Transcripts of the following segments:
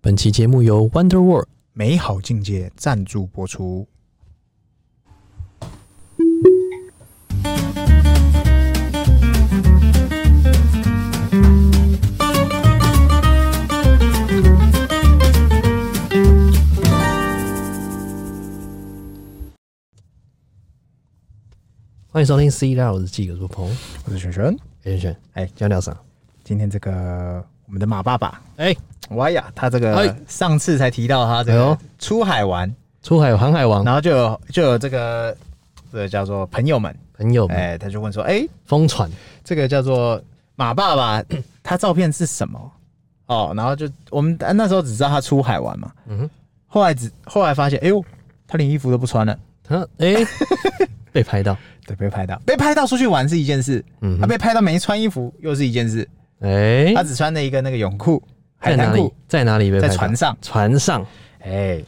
本期节目由 Wonder World 美好境界赞助播出。欢迎收听《C 大我日记》，我是鹏，我是璇璇，轩轩，哎今天聊啥？今天这个我们的马爸爸，哎，哇呀，他这个哎上次才提到他这哎个呦出海玩，出海有航海王然后就有就有这个这个叫做朋友们，朋友们哎，他就问说，哎，疯传，这个叫做马爸爸， 他照片是什么？哦，然后就我们啊那时候只知道他出海玩嘛，嗯哼，后来只后来发现，哎呦，他连衣服都不穿了，他哎 被拍到，对，被拍到，被拍到出去玩是一件事，嗯嗯，哼他、被拍到没穿衣服又是一件事，哎他，只穿了一个那个泳裤、海在哪滩里裤，？在哪里被拍在到？船上，船上，哎、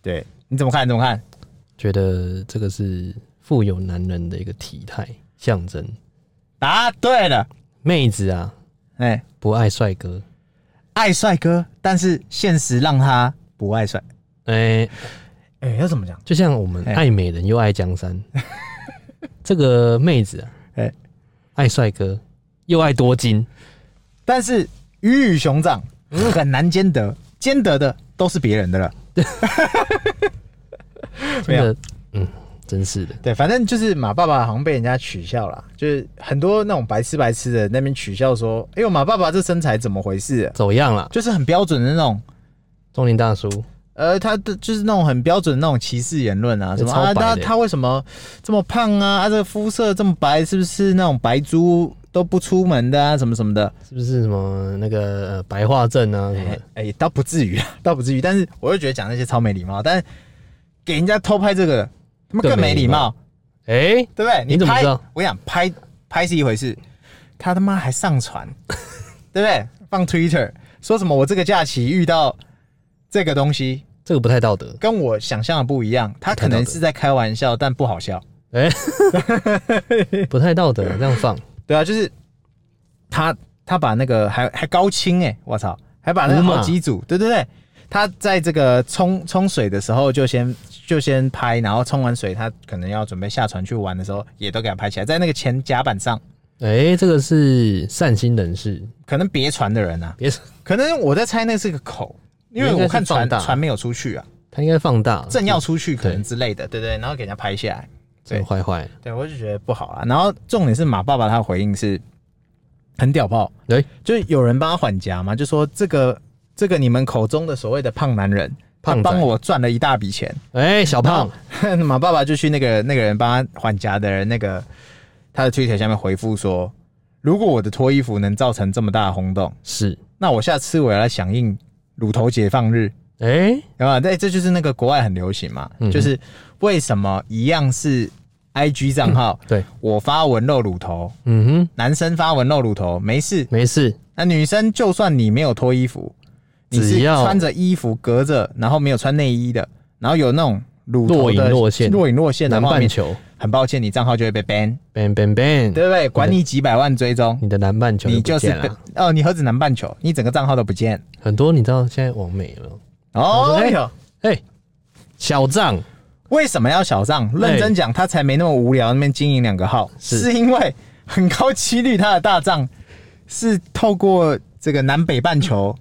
对，你怎么看？你怎么看？觉得这个是富有男人的一个体态象征。答对了，妹子啊，哎、不爱帅哥，爱帅哥，但是现实让他不爱帅，哎，哎、要怎么讲？就像我们哎爱美人又爱江山，这个妹子啊，哎爱帅哥又爱多金，但是鱼与熊掌嗯很难兼得，兼得的都是别人的了。没真有的，嗯，真是的，对，反正就是马爸爸好像被人家取笑啦，就是很多那种白痴白痴的那边取笑说：“哎呦，马爸爸这身材怎么回事、啊？”走样了，就是很标准的那种，中年大叔，呃，他的就是那种很标准的那种歧视言论啊，对什么超啊，白他的他为什么这么胖啊？啊，这个肤色这么白，是不是那种白猪都不出门的啊？什么什么的？是不是什么那个、呃、白化症啊什么哎的？、哎倒不至于啊，倒不至于。但是我就觉得讲那些超没礼貌，但是给人家偷拍这个，他们更更没没礼礼貌，哎、对不对？你怎么拍知道？我想拍拍是一回事，他他妈还上 传，对不对？放 Twitter 说什么我这个假期遇到这个东西，这个不太 道德，跟我想象的不一样，他可能是在开玩笑，但不好笑。哎、不太道德，这样放，对啊，就是他他把那个还还高清哎、我操，还把那个无码好几组，对对对，他在这个冲冲水的时候就先就先拍，然后冲完水，他可能要准备下船去玩的时候，也都给他拍起来，在那个前甲板上，哎、这个是善心人士，可能别船的人啊，别可能我在猜那是个口，因为应该我是看船放大船没有出去啊，他应该放大了，正要出去可能对之类的，对对，然后给人家拍下来。这个坏坏，对，我就觉得不好啊。然后重点是马爸爸他的回应是很屌爆，哎、就是有人帮他缓颊嘛，就说这个这个你们口中的所谓的胖男人，他胖仔帮我赚了一大笔钱。哎、小胖，然后 马爸爸就去那个那个人帮他缓颊的人那个他的推特下面回复说，如果我的脱衣服能造成这么大的轰动，是，那我下次我要来响应乳头解放日。哎、有吧？对，这就是那个国外很流行嘛，嗯哼就是为什么一样是 I G 账号，嗯对，我发文露乳头，嗯哼，男生发文露乳头没事，没事，那女生就算你没有脱衣服，你是只要穿着衣服隔着，然后没有穿内衣的，然后有那种乳头若隐的若现若隐若现的南画面半，球很抱歉，你账号就会被 ban， ，ban ban ban，对不对？管你几百万追踪，嗯你的南半球你就不就是见被了。哦，你何止南半球，你整个账号都不见很多你知道现在网美了，哦。哎哎呦哎、小账为什么要小账？认真讲，他才没那么无聊，那边经营两个号，是是因为很高几率他的大账是透过这个南北半球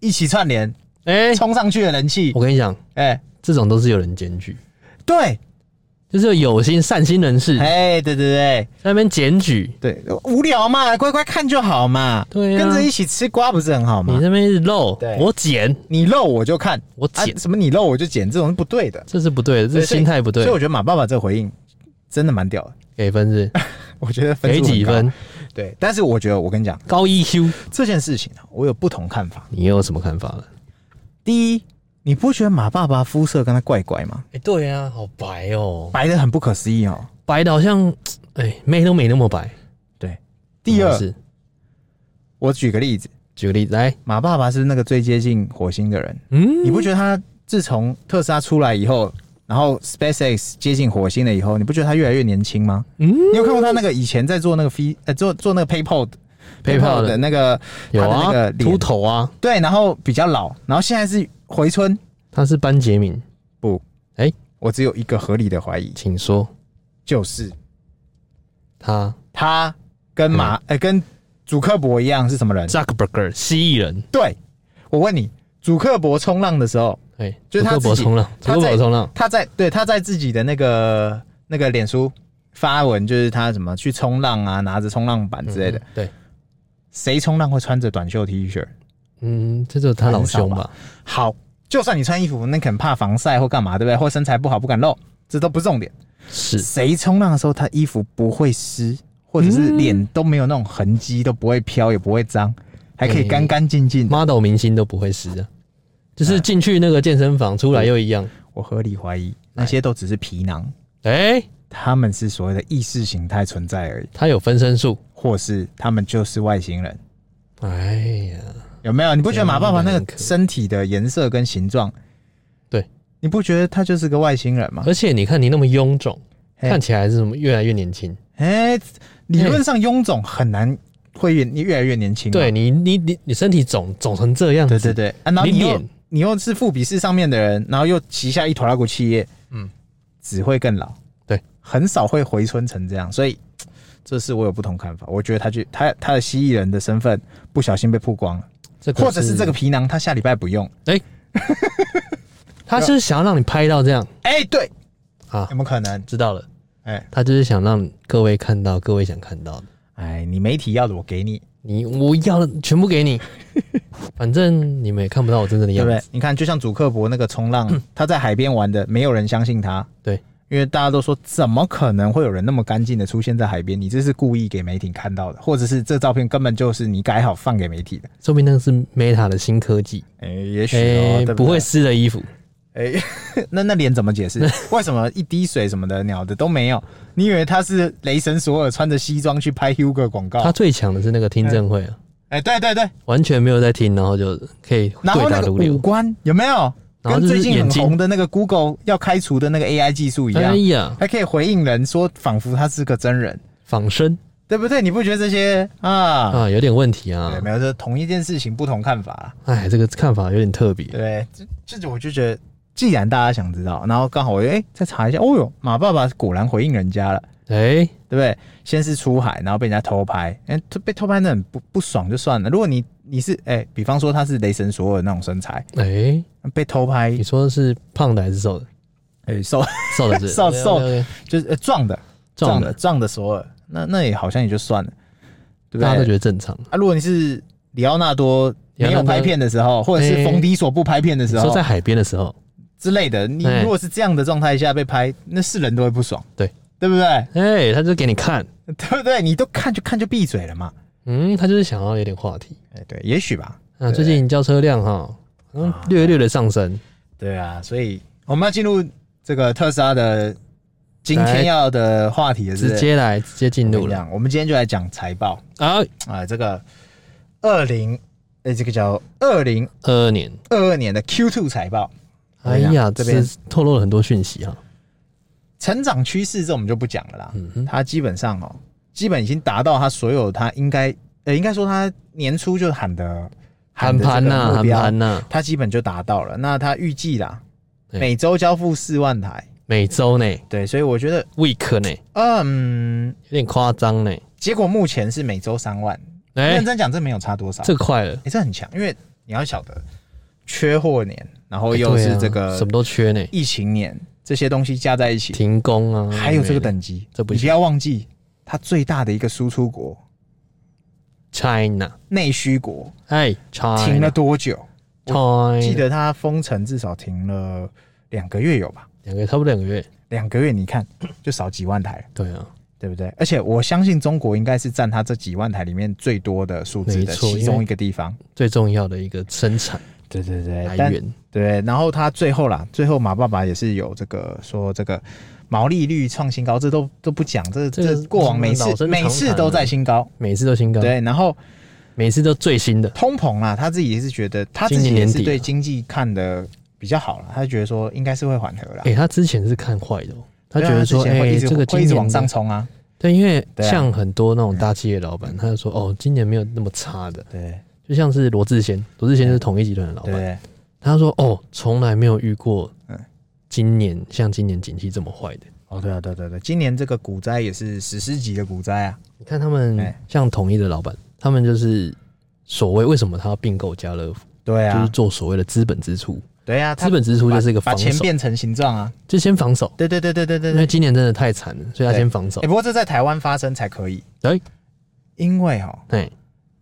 一起串联哎、哦冲上去的人气我。跟你讲，哎、这种都是有人检举，对，就是有心善心人士在哎，对对那边检举，对对，无聊嘛，乖乖看就好嘛，对啊跟着一起吃瓜不是很好你吗？那边一直漏对，我剪，你漏我就看，我啊剪，什么你漏我就剪，这种是不对的，这是不对的，这对是所以心态不对所以，我觉得马爸爸这个回应真的蛮屌的，给分是我觉得分给数很几高分？？对，但是我觉得我跟你讲高 EQ，这件事情啊，我有不同看法。你又有什么看法了？第一，你不觉得马爸爸肤色跟他怪怪吗？哎、对啊，好白哦，白的很不可思议哦。白的好像哎、妹都没那么白。对，第二，是我举个例子，举个例子来，马爸爸是那个最接近火星的人，嗯，你不觉得他自从特斯拉出来以后，然后 SpaceX 接近火星了以后，你不觉得他越来越年轻吗？嗯你有看过他那个以前在做那个飞呃做做那个 PayPal PayPal 的的那个有他的那个啊，脸秃头啊，对，然后比较老，然后现在是回春，他是班杰明，我只有一个合理的怀疑，请说就是他他跟马呃跟祖克伯一样是什么人？ Zuckerberg 蜥蜴人，对，我问你，祖克伯冲浪的时候，对，就是他祖克伯自己冲浪，祖他克在伯冲浪，他在对他在自己的那个那个脸书发文，就是他什么去冲浪啊，拿着冲浪板之类的嗯。，对，谁冲浪会穿着短袖 T 恤？嗯，这就是他老兄很少吧？好，就算你穿衣服，那可能怕防晒或干嘛，对不对？或身材不好不敢露，这都不是重点。是，谁冲浪的时候他衣服不会湿，或者是脸都没有那种痕迹，都不会飘，也不会脏，还可以嗯干干净净的。 model 明星都不会湿的，嗯就是进去那个健身房出来又一样。我合理怀疑那些都只是皮囊，哎、他们是所谓的意识形态存在而已，他有分身术。或是他们就是外星人。哎呀，有没有？你不觉得马爸爸那很个可身体的颜色跟形状，对，你不觉得他就是个外星人吗？而且你看你那么臃肿，嘿看起来是什么越来越年轻。哎、理论上臃肿很难会越你越来越年轻嘛。对你，你你你身体肿肿成这样子，对对对，啊、然后你你又脸你又是富比士上面的人，然后又旗下一坨拉股企业，嗯，只会更老。对，很少会回春成这样，所以嘖这是我有不同看法。我觉得他就他他的蜥蜴人的身份不小心被曝光了，这个或者是这个，皮囊他下礼拜不用。他就是想要让你拍到这样哎、对，啊有，没有可能？知道了，哎、他就是想让各位看到各位想看到的。哎，你媒体要的我给你，你我要的全部 给你，反正你们也看不到我真正对的样不子。对？你看，就像祖克伯那个冲浪，他在海边玩的，没有人相信他。对，因为大家都说，怎么可能会有人那么干净的出现在海边？你这是故意给媒体看到的，或者是这照片根本就是你改好放给媒体的？说明那个是 Meta 的新科技，哎、也许、哎、哦对不对会 湿的衣服，哎、那那脸怎么解释？ 为什么一滴水什么的鸟的都没有？你以为他是雷神索尔穿着西装去拍 Hugo 广告他？最强的是那个听证会啊，哎、对对对，完全没有在听，然后就可以然后那对答个如五流。官有没有？然后跟就最是近眼很睛红的那个 Google 要开除的那个 AI 技术一样哎，呀，还可以回应人说，仿佛他是个真人，仿生对不对？你不觉得这些啊？啊，有点问题对，啊。没有，这同一件事情不同看法啦，哎，这个看法有点特别对不。对？这这我就觉得，既然大家想知道，然后刚好我哎、再查一下，哦哟，马爸爸果然回应人家了，哎，对不对？先是出海，然后被人家偷拍，哎、被偷拍那很不不爽就算了。如果你你是哎、比方说他是雷神索尔那种身材，哎，被偷拍你，说是胖的还是瘦 的？哎、瘦瘦的是瘦瘦 OK，OK，OK，就是、呃撞的壮的的，撞的索尔，那那也好像也就算了，对不对？大家都觉得正常。啊，如果你是里奥纳多里没奥纳有多拍片的时候，或者是诶冯迪索不拍片的你时说候在海边的时候，之类的，你诶如果是这样的状态下被拍，那是人都会不爽，对对不对？ 哎，他就给你看，对不对？你都看就看就闭嘴了嘛。嗯，他就是想要有点话题。哎，对，也许吧。啊，最近交车量哈，嗯啊，略略的上升。对啊，所以我们要进入这个特斯拉的今来天要的话题了，是不直是接来，直接进入不一了样。我们今天就来讲财报啊，啊，这个二零哎，这个叫二零二二年，二二年的 Q two 财报。哎呀，这这边边透露了很多讯息哈。成长趋势这我们就不讲了啦，嗯哼它基本上哦，基本已经达到它所有它应该，呃，应该说它年初就喊的喊的这个盘呐，目喊标盘啊呐，它基本就达到了。那它预计啦，对每周交付四万台，每周呢对，所以我觉得， ，week 呢，嗯，有点夸张呢。结果目前是每周三万，哎认，真讲这没有差多少，这个快了，哎、这很强，因为你要晓得，缺货年，然后哎又对是啊这个什么都缺呢，疫情年，这些东西加在一起，停工啊，还有这个等等级，这不你行不要忘记，它最大的一个输出国 China，内需国哎停了，China，多久？ China，记得它封城至少停了两个月有吧？两个月差不多两个月，两个月你看 就少几万台了，对啊，对不对？而且我相信中国应该是占它这几万台里面最多的数字没的错其因中为一个地方。最重要的一个生产对对对来但源，对，然后它最后啦，最后马爸爸也是有这个说这个毛利率创新高，这都都不讲，这这个这过往每老次生常谈每次都在新高。每次都新高，对，然后每次都最新的，通膨啊，他自己也是觉得，他自今己年也年是底对了经济看的比较好了，他觉得说应该是会缓和了。哎，他之前是看坏的哦，他啊对觉啊得说，之前会哎，一直这个会一今直年往的上冲啊，对，因为对啊嗯像很多那种大企业老板，他就说哦，今年没有那么差的，对就像是罗志贤，罗志贤就是统一集团的老板，啊对他说哦，从来没有遇过嗯今年像今年景气这么坏的。哦对啊对对对，今年这个股灾也是史诗级的股灾啊，你看他们哎像统一的老板，他们就是所谓为什么他要并购家乐福，对就是啊做所谓的资本支出，对啊，他资本支出就是一个把防钱守，变成形状啊，就先防守，对对对对对对因对为，今年真的太惨了，所以他先防守哎、。不过这在台湾发生才可以，哎，因为哦，哎，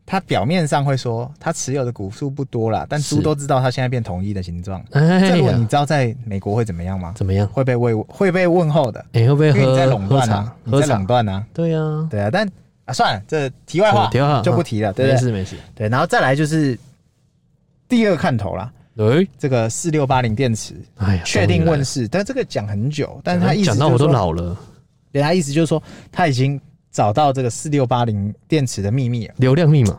他表面上会说他持有的股数不多啦，但是猪都知道他现在变统一的形状。哎这我你呀，知道在美国会怎么样吗？怎么样？会被问会被问候的，哎，会不会因为喝你在垄喝断茶啊？，你喝在垄茶？断啊，对呀，对啊，但啊算了，这题外话嗯题外话就不提了，对没不对？事没事。对，然后再来就是第二看头啦，哎，这个四六八零电池哎呀，确定终于来问了，世，但这个讲很久，但是他意思就讲是到我都说老了，对他意思就是说他已经找到这个四六八零电池的秘密了，流量密码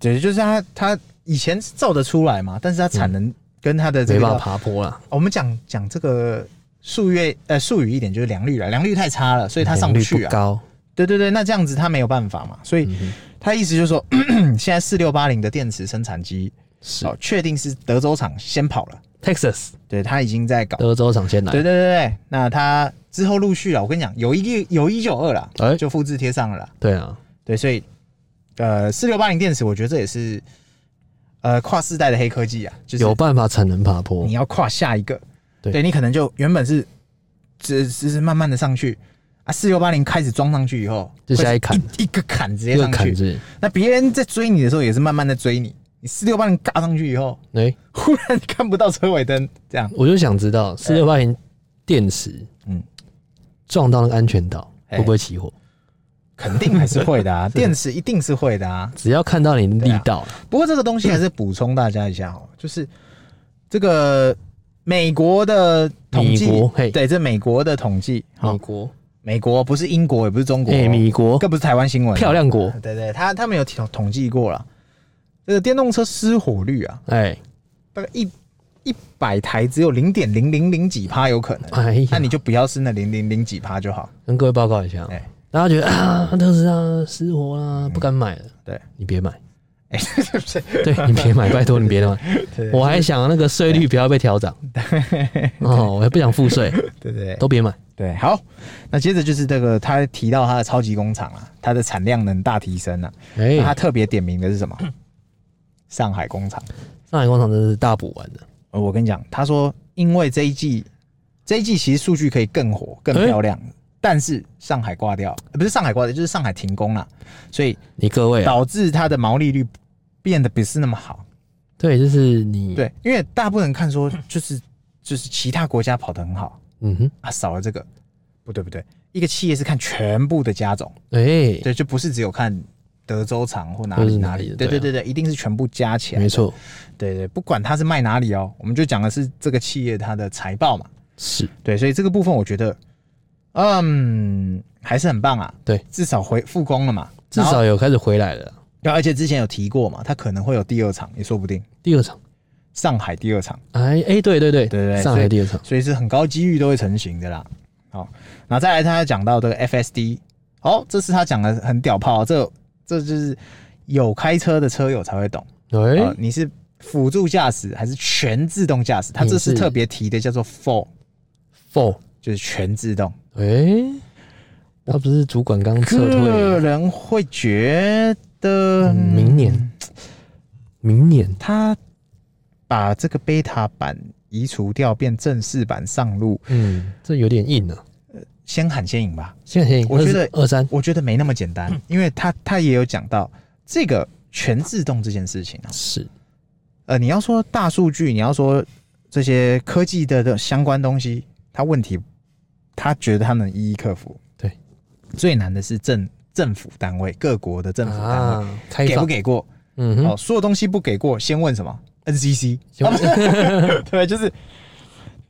对，就是他他以前是造得出来嘛，但是他产能跟他的这嗯没个，办法爬坡啊啦。我们讲讲这个术业呃术语一点就是良率了，良率太差了，所以他上良率去不啊，高，对对对，那这样子他没有办法嘛，所以嗯他意思就是说， 现在四六八零的电池生产机是哦，确定是德州厂先跑了， Texas 对他已经在搞，德州厂先来对对，对对，那他之后陆续了，我跟你讲，有一有一就二了，哎就复制贴上了啦。对啊，对，所以呃，四六八零电池，我觉得这也是呃跨世代的黑科技啊，就是有办法产能爬坡你，要跨下一个，对你可能就原本是只只是慢慢的上去啊，四六八零开始装上去以后，就下一会坎一一个坎直接这个上坎去，子，那别人在追你的时候也是慢慢的追你，你四六八零嘎上去以后， 哎，忽然看不到车尾灯，这样我就想知道四六八零电池，嗯嗯，撞到那个安全岛哎会不会起火？肯定还是会的 啊，电池一定是会的啊，只要看到你的力道，不过这个东西还是补充大家一下哦，就是这个美国的统计美国嘿，对，这美国的统计，好，国，美国不是英国，也不是中国哦，哎，哦米国，更不是台湾新闻，啊漂亮国，对对，他他们有统统计过了，这个电动车失火率啊，哎，大概一一百台只有零点零零零几趴有可能，哎呀，那你就不要是那零零零几趴就好，跟各位报告一下哎，大家觉得 啊，特斯拉失火啦，不敢买了， 对，你别买，哎，是不是？对 你别买，拜托你别买，对我还想那个税率不要被调涨，哦，我还不想付税，对对对都别买，对，好，那接着就是这个，他提到他的超级工厂啊，它的产量能大提升啊。哎那，他特别点名的是 什么？上海工厂。上海工厂真是大补完的，呃我跟你讲，他说因为这一季，这一季其实数据可以更火、更哎漂亮，但是上海挂掉，呃不是上海挂掉，就是上海停工了，啊所以你各位啊，导致它的毛利率变得不是那么好。对，就是你，，对，因为大部分人看说，就是就是其他国家跑得很好嗯哼，啊，少了这个，不对不对，一个企业是看全部的加总。哎，对，就不是只有看德州厂或哪或里是哪哪里，里对对对啊对对，一定是全部加起来。没，错，对对，不管它是卖哪里哦，我们就讲的是这个企业它的财报嘛。是。对，所以这个部分我觉得，嗯，还是很棒啊。对，至少回复工了嘛，至然后少有开始回来了啦。对，而且之前有提过嘛，它可能会有第二场，也说不定第二场，上海第二场，哎哎，对对对对对对上海第二场，所以是很高几率都会成型的啦。好，然后再来他讲到这个 FSD，哦，这是他讲的很屌炮哦，这这就是有开车的车友才会懂。呃哎，你是辅助驾驶还是全自动驾驶？它这次你是特别提的叫做 full，否，就是全自动。哎，他不是主管刚撤退，个人会觉得，嗯明年，明年他把这个 beta 版移除掉，变正式版上路，嗯，这有点硬啊。先喊先赢吧。现在先我觉得二三，我觉得没那么简嗯单，因为他他也有讲到这个全自动这件事情啊。是呃，你要说大数据，你要说这些科技的的相关东西，它问题，他觉得他能一一克服。对，最难的是政政府单位，各国的政府单位、啊，开给不放，给过？嗯哦，哼，所有东西不给过，先问什么？NCC，先啊不是 对，就是，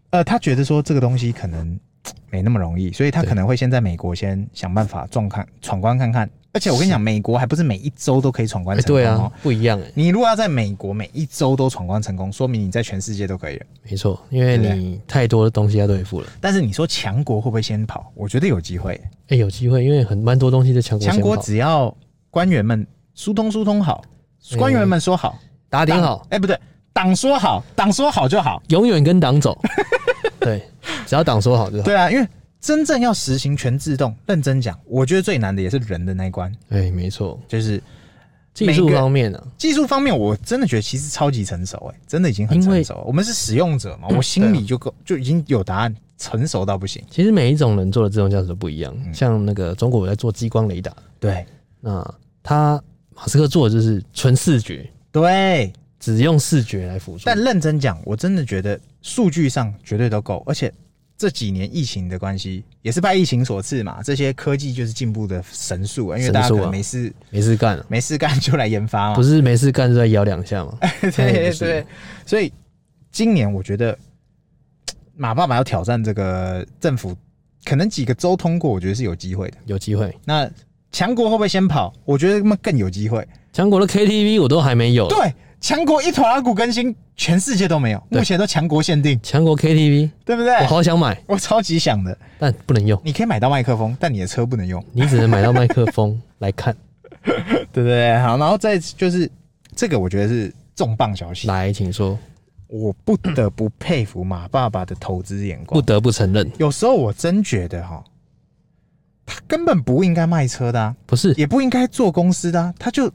呃，他觉得说这个东西可能嘖没那么容易，所以他对可能会先在美国先想办法撞看闯关看看，而且我跟你讲，美国还不是每一周都可以闯关哎，成功、哦对啊，不一样哎、你如果要在美国每一周都闯关成功，说明你在全世界都可以了。没错，因为对不你太多的东西要对付了。但是你说强国会不会先跑？我觉得有机会。哎、有机会，因为很蛮多东西在强国强先国跑只要官员们疏通疏通好，官员们说好，打点党哎好，哎、不对，党说好，党说好就好。永远跟党走。 对，只要党说好就好。对啊，因为真正要实行全自动，认真讲，我觉得最难的也是人的那一关，哎、没错，就是技术每个方面啊，技术方面，我真的觉得其实超级成熟、哎，真的已经很因为成嗯熟了。我们是使用者嘛，我心里就够、就已经有答案，成熟到不行。其实每一种人做的自动驾驶都不一样。嗯像那个中国在做激光雷达，对那他马斯克做的就是纯视觉，对，只用视觉来辅助。但认真讲，我真的觉得数据上绝对都够，而且这几年疫情的关系，也是拜疫情所赐嘛，这些科技就是进步的神速啊，因为大家可神速啊能没事、没事干、啊，没事干就来研发嘛，不是没事干就在摇两下嘛？ 对那也对不是对，所以今年我觉得马爸爸要挑战这个政府，可能几个州通过，我觉得是有机会的。有机会。那强国会不会先跑？我觉得他们更有机会。强国的 KTV 我都还没有，对，强国一头拉骨更新，全世界都没有，哦对目前都强国限定，强国 KTV 对不对？我好想买，我超级想的，但不能用，你可以买到麦克风，但你的车不能 用，你只能买到麦克风 来看。对不对？好，然后再就是这个，我觉得是重磅消息，来，请说，我不得不佩服马爸爸的投资眼光不。得不承认，有时候我真觉得哈，他根本不应该卖车的、啊，不是也不应该做公司的、啊，他就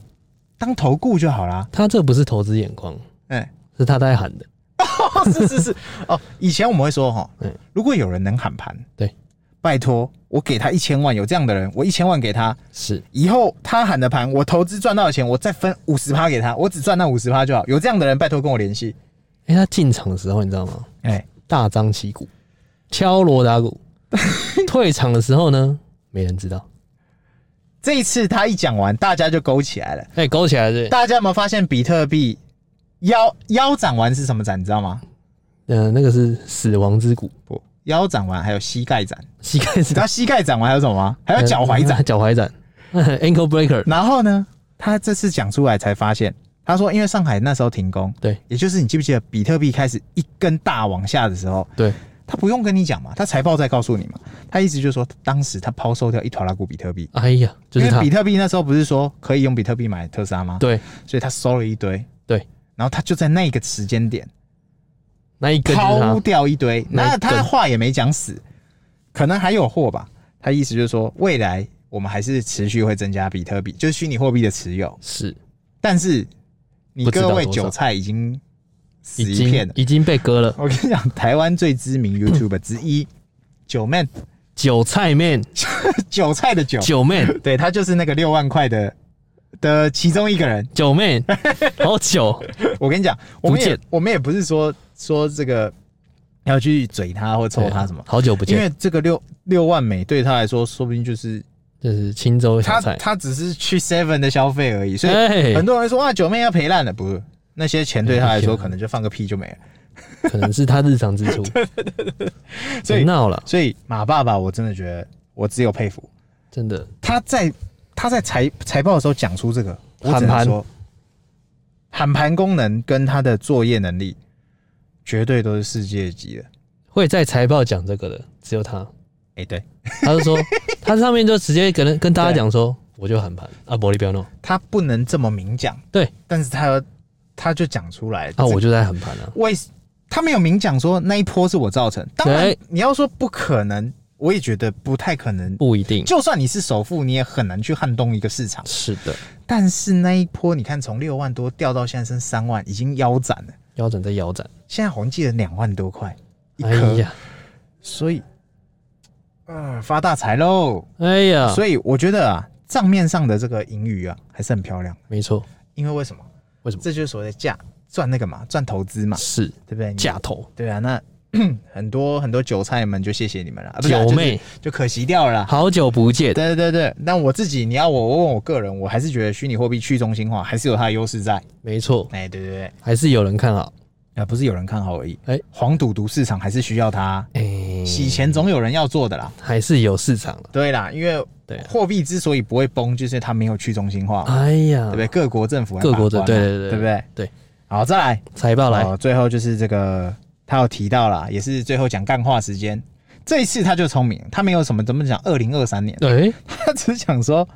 当投顾就好啦。他这不是投资眼光，哎、是他在喊的。 哦，是是是， 哦，以前我们会说哈嗯，如果有人能喊盘，对，拜托我给他一千万，有这样的人，我一千万给他，是以后他喊的盘，我投资赚到的钱，我再分五十趴给他，我只赚那五十趴就好。有这样的人，拜托跟我联系。哎、他进场的时候你知道吗？哎、大张旗鼓，敲锣打 鼓。退场的时候呢，没人知道。这一次他一讲完，大家就勾起来了。哎、勾起来对，大家有没有发现比特币腰腰斩完是什么斩？你知道吗？嗯、那个是死亡之谷，不，腰斩完还有膝盖斩，膝盖是你知道膝盖斩完还有什么吗？ 还有脚踝斩。呃 脚踝斩，ankle breaker。然后呢，他这次讲出来才发现，他说因为上海那时候停工，对也就是你记不记得比特币开始一根大往下的时候，对，他不用跟你讲嘛，他财报再告诉你嘛，他意思就是说当时他抛售掉一坨拉股比特币。哎呀，就是因为他比。特币那时候不是说可以用比特币买特斯拉吗？，对，所以他收了一堆。对，然后他就在那个时间点那一根就是抛他。掉一堆，那一那他根话也没讲死，可能还有货吧。他意思就是说，未来我们还是持续会增加比特币，就是虚拟货币的持有，是，但是你不知道各位多少韭菜已经死已一片经了。哦已经被割了。我跟你讲，台湾最知名 YouTube 之一，九妹，韭菜面，哦韭菜的韭，九面， 对他就是那个六万块的的其中一个人。九面，好久，我跟你讲，我们不也见我们也不是说说这个要去嘴他或抽他什么，好久不因见，为这个六六万美对他来说，说不定就是就是青州他小菜。他只是去 Seven 的消费而已，所以哎，很多人说哇九妹要赔烂了，不是那些钱对他来说哎可能就放个屁就没了。可能是他日 常支出。所以别闹了，所以马爸爸，我真的觉得我只有佩服真的他在他在财财报的时候讲出这个，我只喊能盘说喊盘功能跟他的作业能力绝对都是世界级的。会在财报讲这个的只有他。哎、对他就 说，他上面就直接跟跟大家讲说，我就喊盘啊，玻璃不要弄，他不能这么明讲，对但是他他就讲出来啊，这我就在喊盘啊，为他没有明讲说那一波是我造成，当然对你要说不可能，我也觉得不太可能。不一定就算你是首富，你也很难去撼动一个市场。是的，但是那一波，你看从六万多掉到现在剩三万，已经腰斩了。腰斩在腰斩，现在红记得两万多块一哎颗，呀，所以，嗯、发大财喽。哎呀，所以我觉得啊，账面上的这个盈余啊，还是很漂亮。没错，因为为什么？为什么这就是所谓的价赚那个嘛，赚投资嘛，是对不对？你架头对啊，那 很多很多韭菜们就谢谢你们了，啊、不是啊九就是妹，就可惜掉了啦。好久不见，对对对对，但我自己，你要我，我问我个人，我还是觉得虚拟货币去中心化还是有它的优势在。没错，哎，对对对，还是有人看好，啊，不是有人看好而已。哎黄赌毒市场还是需要它，哎，洗钱总有人要做的啦。还是有市场了，对啦，因为对啊货币之所以不会崩，就是它没有去中心化嘛，哎呀，对不对？各国政府来各国把关的嘛对对对对不对？对，好，再来，财报来，哦，最后就是这个，他有提到啦，也是最后讲干话时间。这一次他就聪明，他没有什么怎么讲，二零二三年， 哎、他只讲说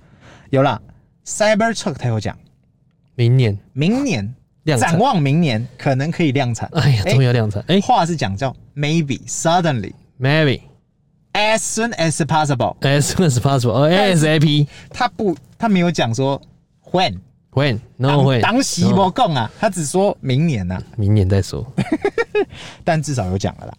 有啦，Cybertruck 他有讲，明年明年量产展，望明年可能可以量产。哎呀，哎终于要量产，哎、话是讲叫 maybe suddenly m a r y as soon as possible， as soon as possible，呃，ASAP 哦他不他没有讲说 when， when 当 no when，当时 no，不供啊，他只说明年呐、啊，明年再说，但至少有讲了啦。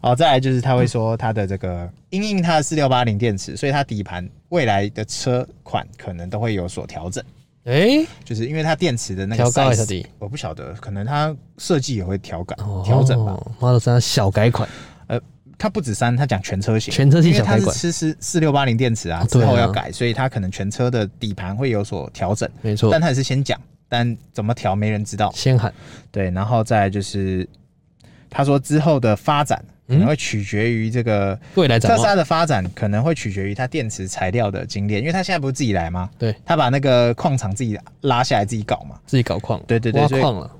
哦，再来就是他会说他的这个因应它的四六八零电池，所以它底盘未来的车款可能都会有所调整，哎、就是因为它电池的那个调高还是 size，调低我不晓得，可能它设计也会调改哦，调整吧。 Model 三小改款，它不止三，它讲全车型，全车型因为它小改是款吃四四六八零电池啊，哦之对啊后要改，所以它可能全车的底盘会有所调整，没错但，它也是先讲，但怎么调没人知道。先喊对，然后再来就是他说之后的发展嗯可能会取决于这啊个未来展特斯望，拉的发展，可能会取决于它电池材料的精炼，因为它现在不是自己来吗？对，他把那个矿场自己拉下来自己搞嘛。自己搞矿，对对对挖所以矿啊了，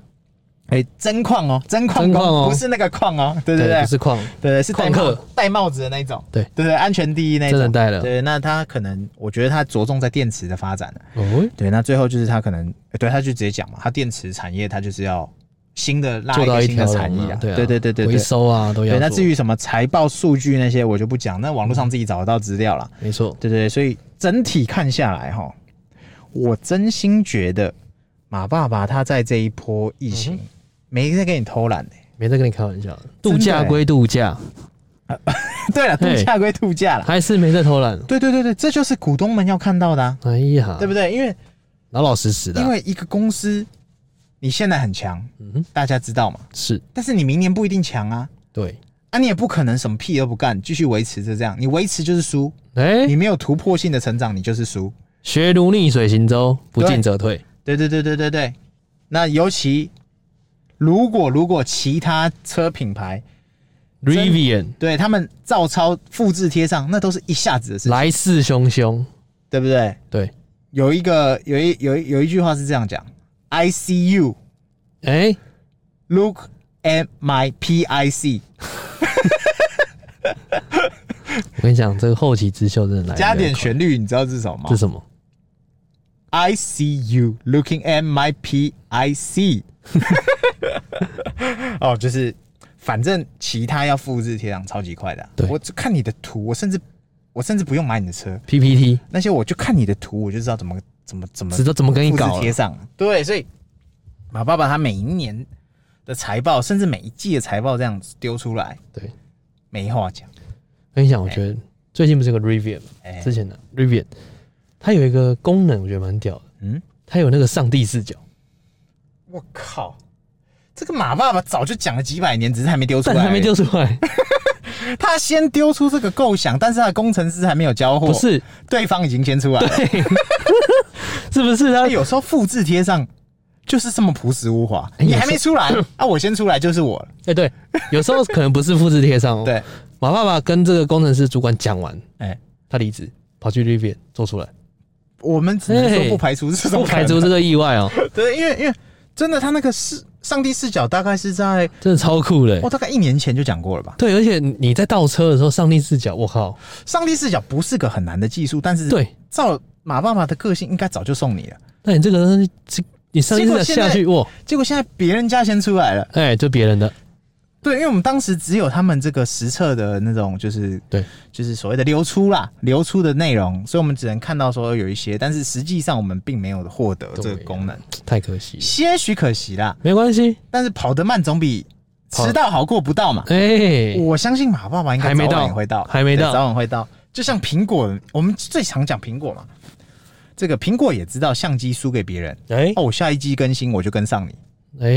哎、真矿哦，真矿真工矿哦不是那个矿哦，对对对，不是矿，啊对，是戴帽旷课戴帽子的那一种，对对对，安全第一那一种，真的戴了对，那他可能，我觉得他着重在电池的发展了哦，对，那最后就是他可能，呃对，他就直接讲嘛，他电池产业他就是要新的拉哎做到个一新条的龙产业啊，对啊，对对对回对。收啊都要对，做，那至于什么财报数据那些，我就不讲，那网络上自己找得到资料啦。没错，对对对，所以整体看下来哈，我真心觉得马爸爸他在这一波疫情、没在跟你偷懒、欸、没在跟你开玩笑的，度真的假欸归度假， 对了，度嘿假归度假啦，还是没在偷懒，对对对对，这就是股东们要看到的、啊，哎呀，对不对？因为老老实实的啊，因为一个公司，你现在很强，嗯大家知道嘛，是但是你明年不一定强啊，对，啊，你也不可能什么屁都不干，继续维持着这样，你维持就是输，哎、你没有突破性的成长，你就是输。学如逆水行舟，不进则退，对对对对对对，那尤其如果如果其他车品牌 Rivian 对他们照抄复制贴上，那都是一下子的事情，来势汹汹，对不对？对，有一个有一有一有一句话是这样讲，I see you。哎、 Look at my PIC，我跟你讲，这个后起之秀真的来得加点快旋律，你知道这是什么这吗是什么？ ？I see you looking at my PIC。哦，就是反正其他要复制贴上超级快的啊、对我只看你的图，我甚至我甚至不用买你的车， PPT 那些我就看你的图，我就知道怎么怎么怎么知道怎么跟你复制搞了啊贴，上。对，所以马爸爸他每一年的财报，甚至每一季的财报这样子丢出来，对，没话讲。我跟你讲，我觉得最近不是有个 Rivian 嘛哎之前的 Rivian，它有一个功能，我觉得蛮屌的，嗯。它有那个上帝视角，我靠，这个马爸爸早就讲了几百年，只是还没丢出但来。还没，丢出 来，他先丢出这个构想，但是他的工程师还没有交货，不是，对方已经先出来了。是不是它他有时候复制贴上就是这么朴实无华，哎你有还没出 来啊，我先出来就是我了。哎、对，有时候可能不是复制贴上哦。对，马爸爸跟这个工程师主管讲完，哎，他离职，跑去 Rivian 做出来，我们只能说不排除这种哎不可能，排除这个意外哦，对，因为因为真的，他那个视上帝视角大概是在哦真的超酷的欸、我大概一年前就讲过了吧。对，而且你在倒车的时候，上帝视角，我靠，上帝视角不是个很难的技术，但是对，照马爸爸的个性，应该早就送你了。那你这个东西，这你上帝视角下去，哇，结果现在别人家先出来了。哎、就别人的，对，因为我们当时只有他们这个实测的那种，就是对，就是所谓的流出啦，流出的内容，所以我们只能看到说有一些，但是实际上我们并没有获得这个啊功能，太可惜了，些许可惜啦。没关系，但是跑得慢总比跑迟到好过不到嘛。哎、我相信马爸爸应该还没早晚到也会到，还没对到早晚会到。就像苹果，我们最常讲苹果嘛，这个苹果也知道相机输给别人，哎哦，我下一机更新我就跟上你，哎，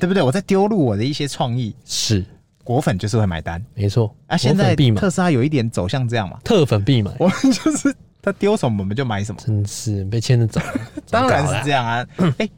对不对？我在丢入我的一些创意，是果粉就是会买单。没错，啊，现我在粉必买特，斯拉有一点走向这样嘛， 特粉必买，我们就是他丢什么我们就买什么，真是被牵 着走，当然是这样，样 啊。哎、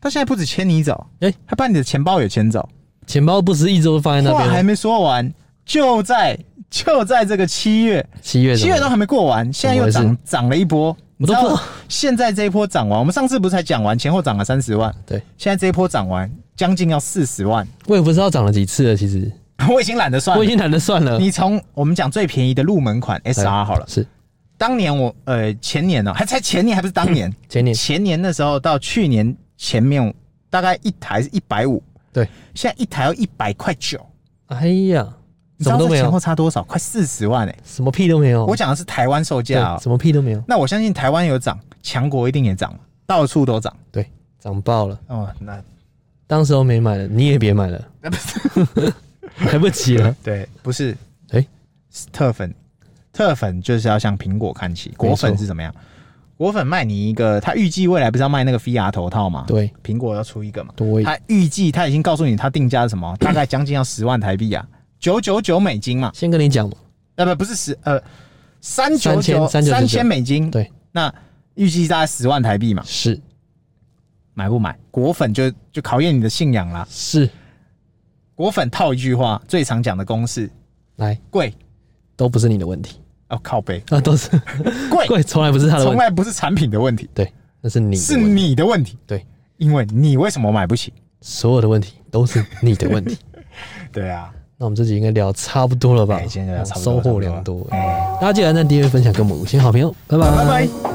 他现在不止牵你走，哎他把你的钱包也牵走，钱包不是一直都放在那话边还吗，没说完，就在就在这个七月，七月怎七么月了都还没过完，现在又怎么涨涨了一波。你我知都不道现在这一波涨完，我们上次不是才讲完，前后涨了三十万，对，现在这一波涨完将近要四十万， 我也不知道涨了几次了，其实我已经懒得算我已了。经懒得算了。啊你从我们讲最便宜的入门款 SR 好了，是当年我呃前年呢、还才前年还不是当年，前年前年的时候到去年前面大概一台是一百五，对，现在一台要一百块九，哎呀，你知什道么都这没前后有，差多少？快四十万哎、什么屁都没有。我讲的是台湾售对价、哦，什么屁都没有，那我相信台湾有涨，强国一定也涨，到处都涨。对，涨爆了。哦，那当时候没买了，你也别买 了，来不及了。对，不是，哎是特粉，特粉就是要向苹果看齐。果粉是怎么样？果粉卖你一个，他预计未来不是要卖那个 VR 头套吗？，对，苹果要出一个嘛。对，他预计他已经告诉你，他定价是什么，大 概将近要十万台币啊，九九九美金嘛，先跟你讲嘛，呃不不是十呃三九九3000三千美金，对，那预计大概十万台币嘛，是买不买？果粉就就考验你的信仰啦。是，果粉套一句话最常讲的公式：来，贵都不是你的问题哦，靠背啊， 都是贵，贵，从来不是他的从问题，来不是产品的问题，对，那是你的是问题你的问题。对，因为你为什么买不起？所有的问题都是你 的问题。对啊，那我们这集应该聊差不多了吧？哎，今天就差不多收了获良多。哎大家记得按赞、订阅、分享给我们五星好评哦，拜拜，拜拜。